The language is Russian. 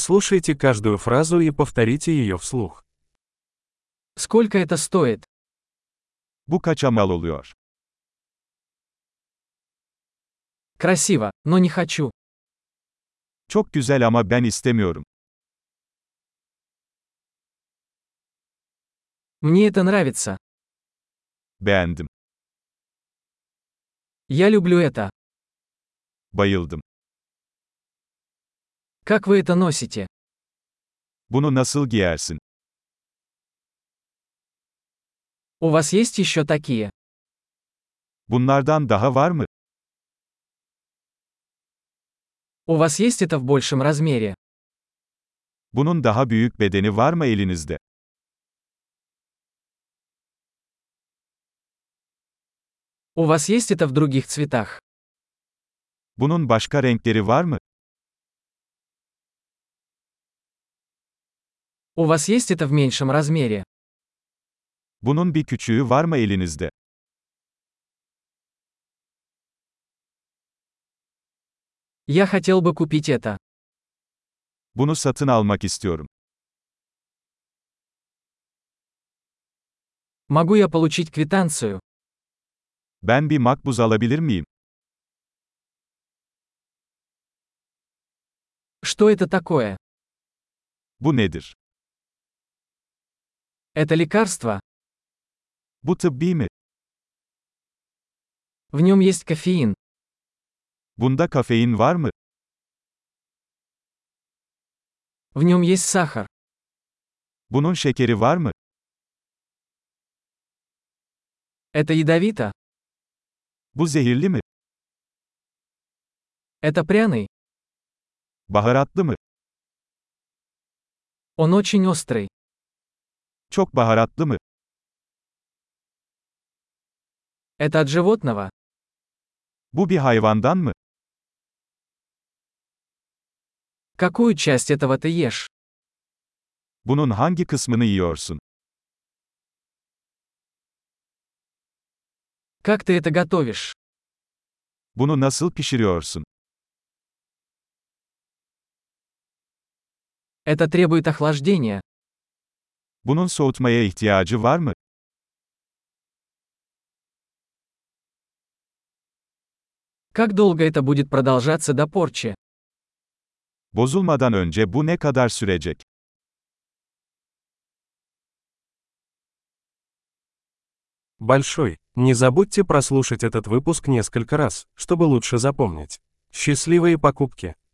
Прослушайте каждую фразу и повторите ее вслух. Сколько это стоит? Bu kaça mal oluyor? Красиво, но не хочу. Çok güzel ama ben istemiyorum. Мне это нравится. Beğendim. Я люблю это. Bayıldım. Как вы это носите? Bunu nasıl giyersin? У вас есть еще такие? Bunlardan daha var mı? У вас есть это в большем размере? Bunun daha büyük bedeni var mı elinizde? У вас есть это в других цветах? Bunun başka renkleri var mı? У вас есть это в меньшем размере? Bunun bir küçüğü var mı elinizde? Я хотел бы купить это. Bunu satın almak istiyorum. Могу я получить квитанцию? Ben bir makbuz alabilir miyim? Что это такое? Bu nedir? Это лекарство? Bu tıbbi mi? В нем есть кофеин. Bunda kafein var mı? В нем есть сахар. Bunun şekeri var mı? Это ядовито? Bu zehirli mi? Это пряный? Baharatlı mı? Он очень острый. Çok baharatlı mı? Это от животного? Bu bir hayvandan mı? Какую часть этого ты ешь? Bunun hangi kısmını yiyorsun? Как ты это готовишь? Bunu nasıl pişiriyorsun? Это требует охлаждения. Bunun soğutmaya ihtiyacı var mı? Как долго это будет продолжаться до порчи? Bozulmadan önce bu ne kadar sürecek? Большой. Не забудьте прослушать этот выпуск несколько раз, чтобы лучше запомнить. Счастливые покупки!